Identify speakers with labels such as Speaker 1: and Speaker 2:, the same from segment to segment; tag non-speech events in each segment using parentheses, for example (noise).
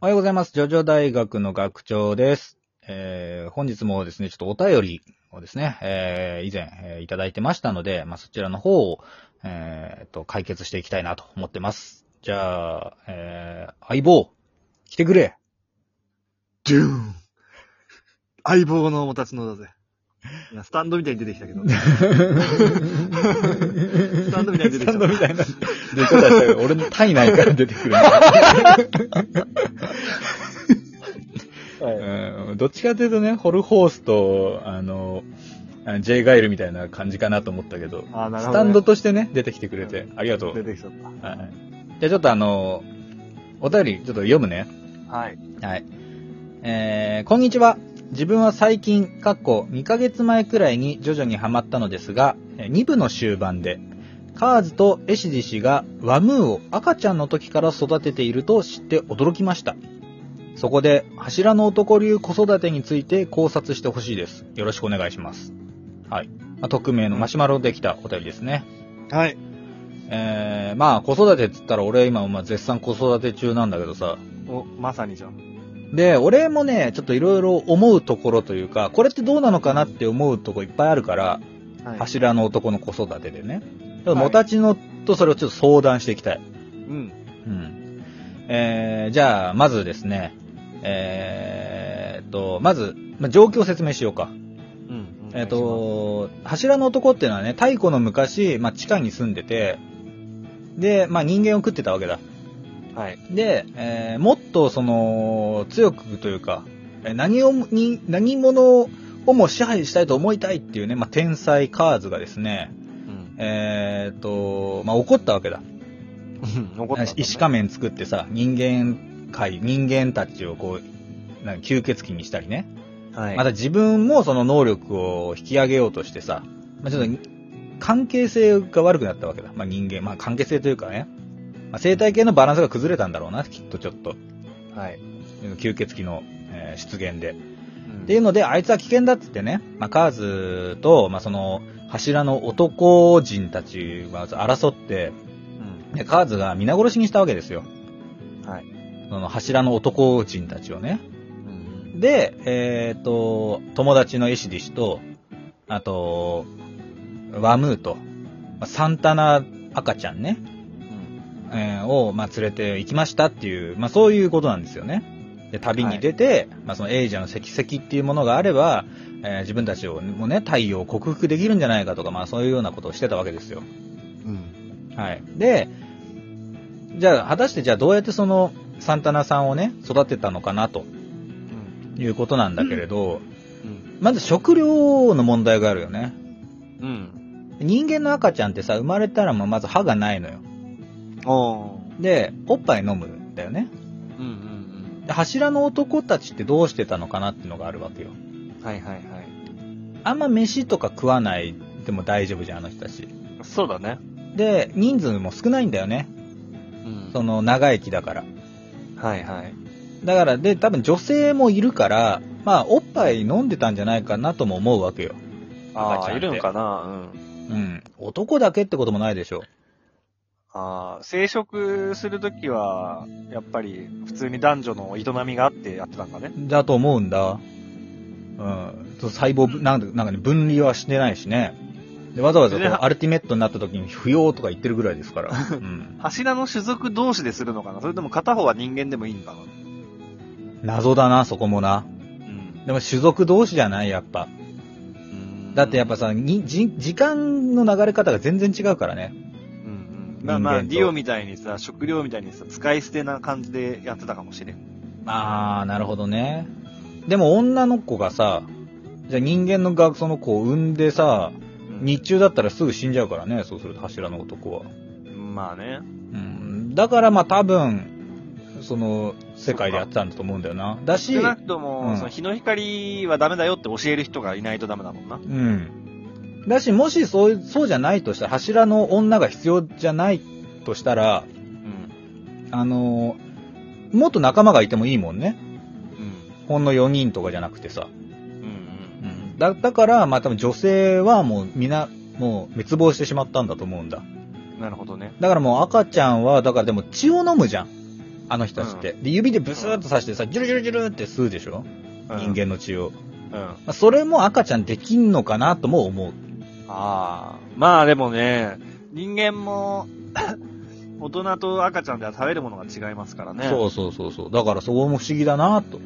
Speaker 1: おはようございます。ジョジョ大学の学長です。えー、本日もですね、ちょっとお便りをですね、えー、以前、えーいただいてましたので、まあ、そちらの方を、えー、と、解決していきたいなと思ってます。じゃあ、えー、相棒、来てく
Speaker 2: (laughs)
Speaker 1: れ
Speaker 2: ドゥーン相棒のおたちのだぜ。今スタンドみたいに出てきたけど。
Speaker 1: ス
Speaker 2: タンドみたいに出てきた
Speaker 1: スタンドみたいな。出方したけど俺の体内から出てくる、うんどっちかというとね、ホルホースと、あの、あ J ガイルみたいな感じかなと思ったけど、
Speaker 2: あーなる
Speaker 1: ス
Speaker 2: ほどね
Speaker 1: タンドとしてね、出てきてくれて、ありがとう。
Speaker 2: 出てきちゃっ
Speaker 1: はい。じゃあちょっとあの、お便りちょっと読むね。
Speaker 2: た。はい。
Speaker 1: はい。えー、こんにちは。自分は最近、かっこ2ヶ月前くらいに徐々にハマったのですが、2部の終盤で、カーズとエシジ氏がワムーを赤ちゃんの時から育てていると知って驚きました。そこで、柱の男流子育てについて考察してほしいです。よろしくお願いします。はい。まあ、匿名のマシュマロできたお便りですね。
Speaker 2: はい。
Speaker 1: えー、まあ子育てっつったら俺今まあ絶賛子育て中なんだけどさ。
Speaker 2: お、まさにじゃん。
Speaker 1: で、俺もね、ちょっといろいろ思うところというか、これってどうなのかなって思うとこいっぱいあるから、
Speaker 2: はい。
Speaker 1: 柱の男の子育てでね。ちょっともたちのとそれをちょっと相談していきたい。
Speaker 2: うん。
Speaker 1: うん。えー、じゃあ、まずですね、えーっと、まず、まあ状況を説明しようか。
Speaker 2: うん。
Speaker 1: えっ、、と、柱の男っていうのはね、太古の昔、まあ、地下に住んでて、で、まあ、人間を食ってたわけだ。
Speaker 2: はい。
Speaker 1: で、えーもっとその強くというかえー何をもに何者をも支配したいと思いたいっていうね、まあ、天才カーズがですね、
Speaker 2: うん。 (laughs)
Speaker 1: えーっとまあ、怒ったわけだ
Speaker 2: 残った。
Speaker 1: 石仮面作ってさ人間界人間たちをこうなんか吸血鬼にしたりね、
Speaker 2: はい。
Speaker 1: また自分もその能力を引き上げようとしてさ、まあ、ちょっと関係性が悪くなったわけだ、まあ、人間、まあ、関係性というかね、まあ、生態系のバランスが崩れたんだろうなきっとちょっと。
Speaker 2: はい。
Speaker 1: 吸血鬼の、えー出現で。
Speaker 2: うん
Speaker 1: っていうので、あいつは危険だっつってね、まあ、カーズと、まあ、その、柱の男人たちが争って、
Speaker 2: うん。
Speaker 1: でカーズが皆殺しにしたわけですよ。
Speaker 2: はい。
Speaker 1: その柱の男人たちをね。
Speaker 2: うん。
Speaker 1: で、えっ、と、友達のエシディシと、あと、ワムーと、まあサンタナ赤ちゃんね、
Speaker 2: うん
Speaker 1: えーを、まあ、連れて行きましたっていう、まあ、そういうことなんですよね。で、旅に出て、まあ、そのエイジャーの積石っていうものがあれば、えー自分たちをもね、太陽を克服できるんじゃないかとか、まあ、そういうようなことをしてたわけですよ。
Speaker 2: うん。
Speaker 1: はい。で、じゃあ、果たしてじゃあどうやってその、サンタナさんをね、育てたのかなと
Speaker 2: うん。
Speaker 1: いうことなんだけれど、
Speaker 2: うん。
Speaker 1: まず食料の問題があるよね。
Speaker 2: うん。
Speaker 1: 人間の赤ちゃんってさ、生まれたらもうまず歯がないのよ。
Speaker 2: おー。
Speaker 1: で、おっぱい飲むんだよね。
Speaker 2: うんうん
Speaker 1: で柱の男たちってどうしてたのかなってのがあるわけよ。
Speaker 2: うん。はいはいはい。
Speaker 1: あんま飯とか食わないでも大丈夫じゃん、あの人たち。
Speaker 2: そうだね。
Speaker 1: で、人数も少ないんだよね。
Speaker 2: うん
Speaker 1: その、長生きだから。
Speaker 2: はいはい。
Speaker 1: だから、で、多分女性もいるから、まあ、おっぱい飲んでたんじゃないかなとも思うわけよ。
Speaker 2: あ
Speaker 1: 赤ち
Speaker 2: あ、
Speaker 1: ゃん
Speaker 2: い
Speaker 1: って
Speaker 2: るんかな
Speaker 1: う
Speaker 2: うん。
Speaker 1: ん。男だけってこともないでしょ。
Speaker 2: ああ、生殖するときは、やっぱり普通に男女の営みがあってやってたんだね。
Speaker 1: だと思うんだ。うん。そう細胞、なんかなんかね、分離はしてないしね。でわざわざこう、
Speaker 2: ね
Speaker 1: アルティメットになった時に不要とか言ってるぐらいですから。うん。
Speaker 2: 柱の種族同士でするのかなそれとも片方は人間でもいいんかな
Speaker 1: 謎だな、そこもな。
Speaker 2: うん。
Speaker 1: でも種族同士じゃないやっぱ。だってやっぱ
Speaker 2: さ、
Speaker 1: さ、にじ時間の流れ方が全然違うからね。
Speaker 2: う
Speaker 1: 人間
Speaker 2: ん
Speaker 1: と
Speaker 2: まあまあ、ディオみたいにさ、食料みたいにさ、使い捨てな感じでやってたかもしれん。
Speaker 1: あー、なるほどね。でも女の子がさ、じゃあ人間のがその子を産んでさ、日中だったらすぐ死んじゃうからね、そうすると柱の男は。
Speaker 2: まあね。
Speaker 1: うん。だからまあ多分、その、世界でやってたんだと思うんだよな。だし、
Speaker 2: 少な
Speaker 1: う
Speaker 2: くとも、
Speaker 1: うん
Speaker 2: その日の光はダメだよって教える人がいないとダメだもんな。
Speaker 1: ん。だし、もしそういう、そうじゃないとしたら、柱の女が必要じゃないとしたら、
Speaker 2: うん。
Speaker 1: あのーもっと仲間がいてもいいもんね。
Speaker 2: うん。
Speaker 1: ほんの4人とかじゃなくてさ。
Speaker 2: うんうん。
Speaker 1: だだから、まあ多分女性はもうみんな、もう滅亡してしまったんだと思うんだ。
Speaker 2: なるほどね。
Speaker 1: だからもう赤ちゃんは、だからでも血を飲むじゃん。あの人たちって。で、指でブスーッと刺してさ、ジュルジュルジュルって吸うでしょ人間の血を。
Speaker 2: 間。うん。
Speaker 1: まあそれも赤ちゃんできんのかなとも思う。
Speaker 2: ああ。まあでもね、人間も、 (coughs) 大人と赤ちゃんでは食べるものが違いますからね。
Speaker 1: そうそうそうそう。だからそこも不思議だなと。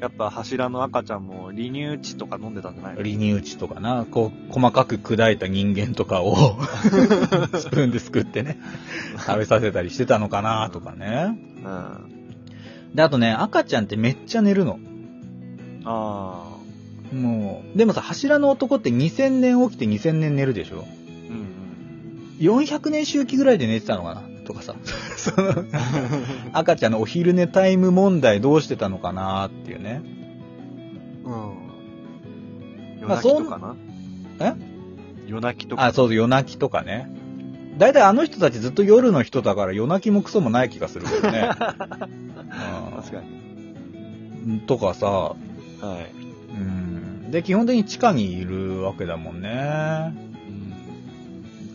Speaker 2: やっぱ柱の赤ちゃんも離乳地とか飲んでたんじゃない
Speaker 1: 離乳地とかな、こう、細かく砕いた人間とかを、 (laughs) スプーンですくってね、食べさせたりしてたのかなとかね。
Speaker 2: うん。あ
Speaker 1: で、あとね、赤ちゃんってめっちゃ寝るの。
Speaker 2: あ。
Speaker 1: もう、でもさ、柱の男って2000年起きて2000年寝るでしょ
Speaker 2: うん、
Speaker 1: 400年周期ぐらいで寝てたのかなとかさ、その、赤ちゃんのお昼寝タイム問題どうしてたのかなっていうね。
Speaker 2: うん。うん。夜
Speaker 1: まあ
Speaker 2: 泣きとかな、
Speaker 1: え
Speaker 2: 夜泣きとか。
Speaker 1: あ、そうそう、夜泣きとかね。大体あの人たちずっと夜の人だから夜泣きもクソもない気がするけど (laughs) ね。
Speaker 2: 確かに。
Speaker 1: うんとかさ、
Speaker 2: はい。
Speaker 1: うん。で、基本的に地下にいるわけだもんね。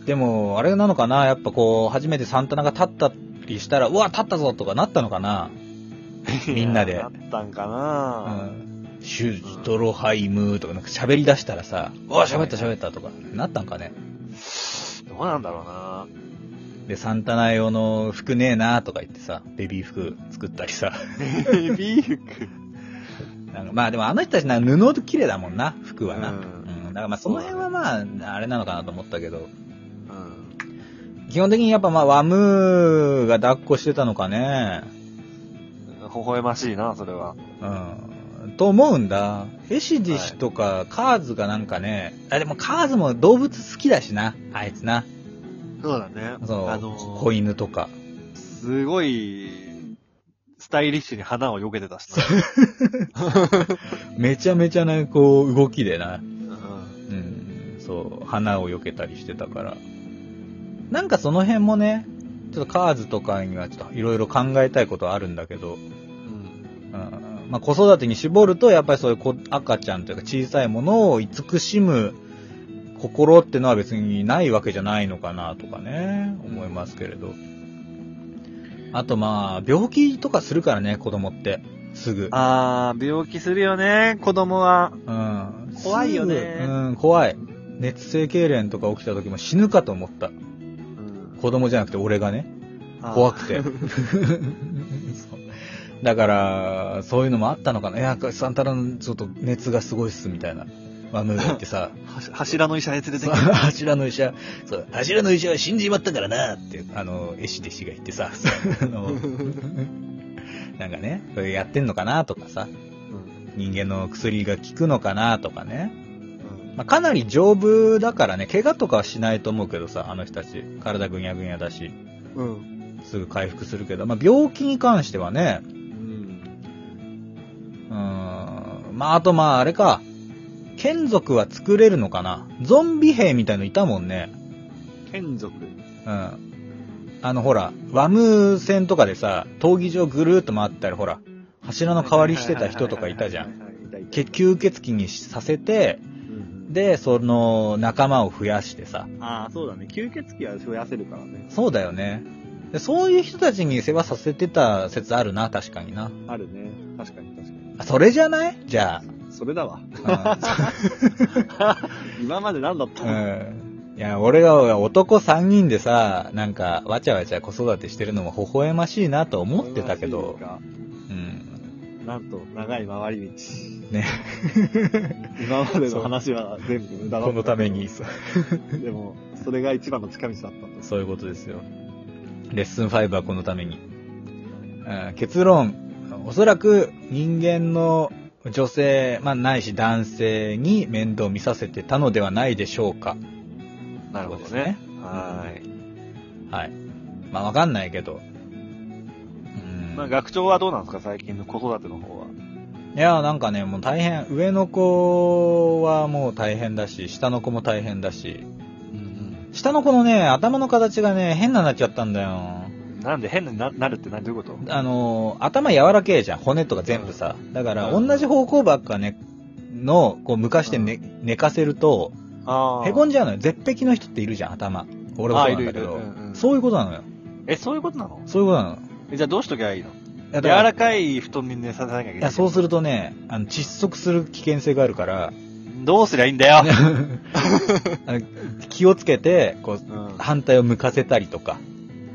Speaker 2: うん。
Speaker 1: でも、あれなのかなやっぱこう、初めてサンタナが立ったりしたら、うわ、立ったぞとかなったのかなみんなで
Speaker 2: いやなったんか
Speaker 1: う
Speaker 2: な、
Speaker 1: ん。シュートロハイムとかなんか喋り出したらさ、うわ、喋った喋ったとか、なったんかね。
Speaker 2: どうなんだろうな (laughs)
Speaker 1: で、サンタナ用の服ねえなとか言ってさ、ベビー服作ったりさ。
Speaker 2: ベビー服。
Speaker 1: なんかまあでもあの人たちなんか布綺麗だもんな、服はな。う
Speaker 2: うん
Speaker 1: だ
Speaker 2: ん。
Speaker 1: からまあその辺はまあ、あれなのかなと思ったけど、
Speaker 2: うん。
Speaker 1: 基本的にやっぱまあワムーが抱っこしてたのかね。
Speaker 2: 微笑ましいな、それは。
Speaker 1: うん。と思うんだ。エシディシとかカーズがなんかね、あ、でもカーズも動物好きだしな、あいつな。
Speaker 2: そうだね
Speaker 1: そう、
Speaker 2: あのー
Speaker 1: 子犬とか。
Speaker 2: すごい、スタイリッシュに花を避けてたしな。
Speaker 1: めちゃめちゃな、こう、動きでな。
Speaker 2: うん
Speaker 1: うん、そう、花を避けたりしてたから。なんかその辺もね、ちょっとカーズとかにはちょっといろいろ考えたいことはあるんだけど、う
Speaker 2: うん。
Speaker 1: んまあ、子育てに絞るとやっぱりそういう子赤ちゃんというか小さいものを慈しむ心ってのは別にないわけじゃないのかなとかね、思いますけれど。あとまあ、病気とかするからね、子供って。すぐ。
Speaker 2: あー、病気するよね、子供は。
Speaker 1: うん
Speaker 2: 怖いよね
Speaker 1: すぐうん、怖い。熱性痙攣とか起きた時も死ぬかと思った。子供じゃなくて俺がね、怖くて。 (laughs) そうだから、そういうのもあったのかな。いや、サンタラのちょっと熱がすごいっす、みたいな。ワムが言ってさ、
Speaker 2: て。柱の医者へ連れて
Speaker 1: そう
Speaker 2: くる。
Speaker 1: 柱の医者、そう、柱の医者は死んじまったからな、って、あの、絵師弟子が言ってさ、あのなんかね、それやってんのかなとかさ、人間の薬が効くのかなとかね。まあ、かなり丈夫だからね、怪我とかはしないと思うけどさ、あの人たち。体ぐにゃぐにゃだし、
Speaker 2: うん。
Speaker 1: すぐ回復するけど、まあ、病気に関してはね、
Speaker 2: うん。
Speaker 1: うーん、まあ、あとまあ、あれか、剣族は作れるのかなゾンビ兵みたいのいたもんね。
Speaker 2: 剣族。
Speaker 1: うん。あの、ほら、ワム戦とかでさ、闘技場ぐるーっと回ったり、ほら、柱の代わりしてた人とかいたじゃん。
Speaker 2: ん
Speaker 1: 血吸血鬼にさせて、
Speaker 2: うん。
Speaker 1: で、その、仲間を増やしてさ、
Speaker 2: あー、そうだね。吸血鬼は増やせるからね。
Speaker 1: そうだよね。でそういう人たちに世話させてた説あるな、確かにな。
Speaker 2: あるね。確かに確かに。
Speaker 1: あそれじゃないじゃ
Speaker 2: それ
Speaker 1: (laughs)
Speaker 2: だわ。
Speaker 1: あ。
Speaker 2: 今まで何だった
Speaker 1: うんうん。いや、俺が男3人でさ、なんか、わちゃわちゃ子育てしてるのも微笑ましいなと思ってたけど、うん。
Speaker 2: なんと、長い回り道。
Speaker 1: ね。
Speaker 2: 今までの話は全部無駄だった。
Speaker 1: このために、。そ
Speaker 2: でも、それが一番の近道だったんです。
Speaker 1: そういうことですよ。レッスン5はこのために。うん結論、おそらく人間の女性、まあないし男性に面倒を見させてたのではないでしょうか。
Speaker 2: な
Speaker 1: るほどね。
Speaker 2: はーい。
Speaker 1: はい。まあわかんないけど。うん
Speaker 2: まあ、学長はどうなんですか最近の子育ての方は。
Speaker 1: いや、なんかね、もう大変。上の子はもう大変だし、下の子も大変だし。
Speaker 2: うん
Speaker 1: 下の子のね、頭の形がね、変なになっちゃったんだよ。
Speaker 2: うん。なんで変にななるって何どういうこと
Speaker 1: あのー、頭柔らけえじゃん。骨とか全部さ。だから、
Speaker 2: うん
Speaker 1: 同じ方向ばっかね、の、こう、向かして寝、寝かせると、
Speaker 2: あ
Speaker 1: へこ
Speaker 2: ん
Speaker 1: んじゃうのよ。絶壁の人っているじゃん、頭。俺も
Speaker 2: あ
Speaker 1: そう
Speaker 2: い
Speaker 1: なんだけ
Speaker 2: るいる。
Speaker 1: ど
Speaker 2: う。んうん
Speaker 1: そういうことなのよ。
Speaker 2: え、そういうことなの
Speaker 1: そういうことなの。
Speaker 2: えじゃあどうしときゃいいの
Speaker 1: やだ
Speaker 2: 柔
Speaker 1: から
Speaker 2: らかい布団に寝させなきゃいけ
Speaker 1: い
Speaker 2: ない
Speaker 1: や、。そうするとね、あの、窒息する危険性がある
Speaker 2: (laughs)
Speaker 1: から、 (laughs)
Speaker 2: どうすりゃいいんだよ。
Speaker 1: あの気をつけて、こう、
Speaker 2: うん。
Speaker 1: 反対を向かせたりとか、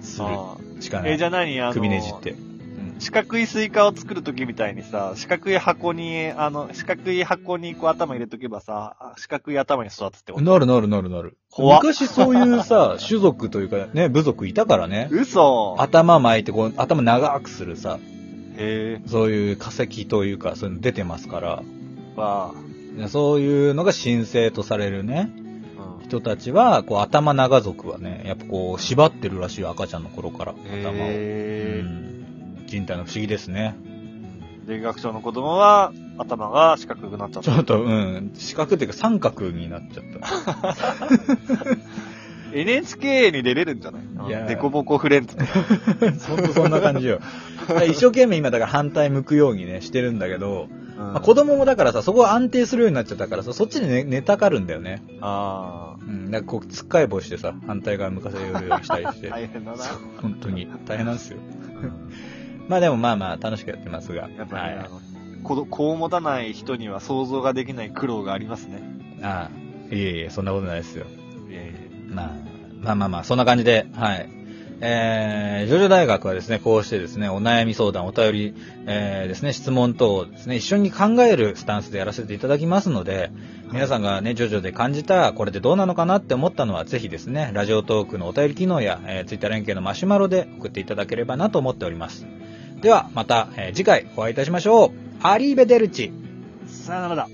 Speaker 1: する
Speaker 2: あ
Speaker 1: し
Speaker 2: あ
Speaker 1: かな
Speaker 2: え、じゃ
Speaker 1: い。
Speaker 2: あ何あの、
Speaker 1: 首ねじって。うん
Speaker 2: 四角いスイカを作るときみたいにさ、四角い箱に、あの、四角い箱にこう頭入れとけばさ、四角い頭に育つってこと。
Speaker 1: なるなるなるなる。
Speaker 2: 怖っ
Speaker 1: 昔そういう
Speaker 2: (laughs)
Speaker 1: さ、種族というかね、部族いたからね。
Speaker 2: 嘘
Speaker 1: 頭巻いて、こう、頭長くするさ、
Speaker 2: へえ、
Speaker 1: そういう化石というか、そういうの出てますから、
Speaker 2: ばあ、
Speaker 1: でそういうのが神聖とされるね、
Speaker 2: うん。
Speaker 1: 人たちは、こう、頭長族はね、やっぱこう、縛ってるらしいよ赤ちゃんの頃から、頭を。う
Speaker 2: へ
Speaker 1: ん人体の不思議ですね。
Speaker 2: え。で、学長の子供は、頭が四角くなっちゃっ。
Speaker 1: ちょったと、うん、四角っていうか三角になっちゃっ
Speaker 2: NHK に出れるんじゃない
Speaker 1: いやー
Speaker 2: デコボコフレンズ。
Speaker 1: た。ほんとそんな感じ
Speaker 2: (laughs)
Speaker 1: よ。だから一生懸命今だから反対向くようにね、してるんだけど、まあ子供もだからさ、そこが安定するようになっちゃったからさ、そっちで寝寝たがるんだよね。
Speaker 2: あ
Speaker 1: うん、なんかこう、つっかえ棒してさ、反対側向かせるようにしたりし
Speaker 2: あ
Speaker 1: て。
Speaker 2: (laughs) 大変だな。
Speaker 1: 本当に大変なんですよ。まあでもまあまあ楽しくやってますが。
Speaker 2: やっぱり、
Speaker 1: は
Speaker 2: あ
Speaker 1: い、
Speaker 2: の、子ど子を持たない人には想像ができない苦労がありますね。
Speaker 1: ああ、いえいえ、そんなことないですよ。
Speaker 2: いやいや
Speaker 1: まあ、まあまあまあ、そんな感じで、はい。えー、ジョジョ大学はですね、こうしてですね、お悩み相談、お便り、えーですね、質問等をですね、一緒に考えるスタンスでやらせていただきますので、皆さんがね、ジョジョで感じた、これでどうなのかなって思ったのは、ぜひですね、ラジオトークのお便り機能や、えー、ツイッター連携のマシュマロで送っていただければなと思っております。では、また、えー次回お会いいたしましょう。アリーベデルチ。
Speaker 2: さよならだ。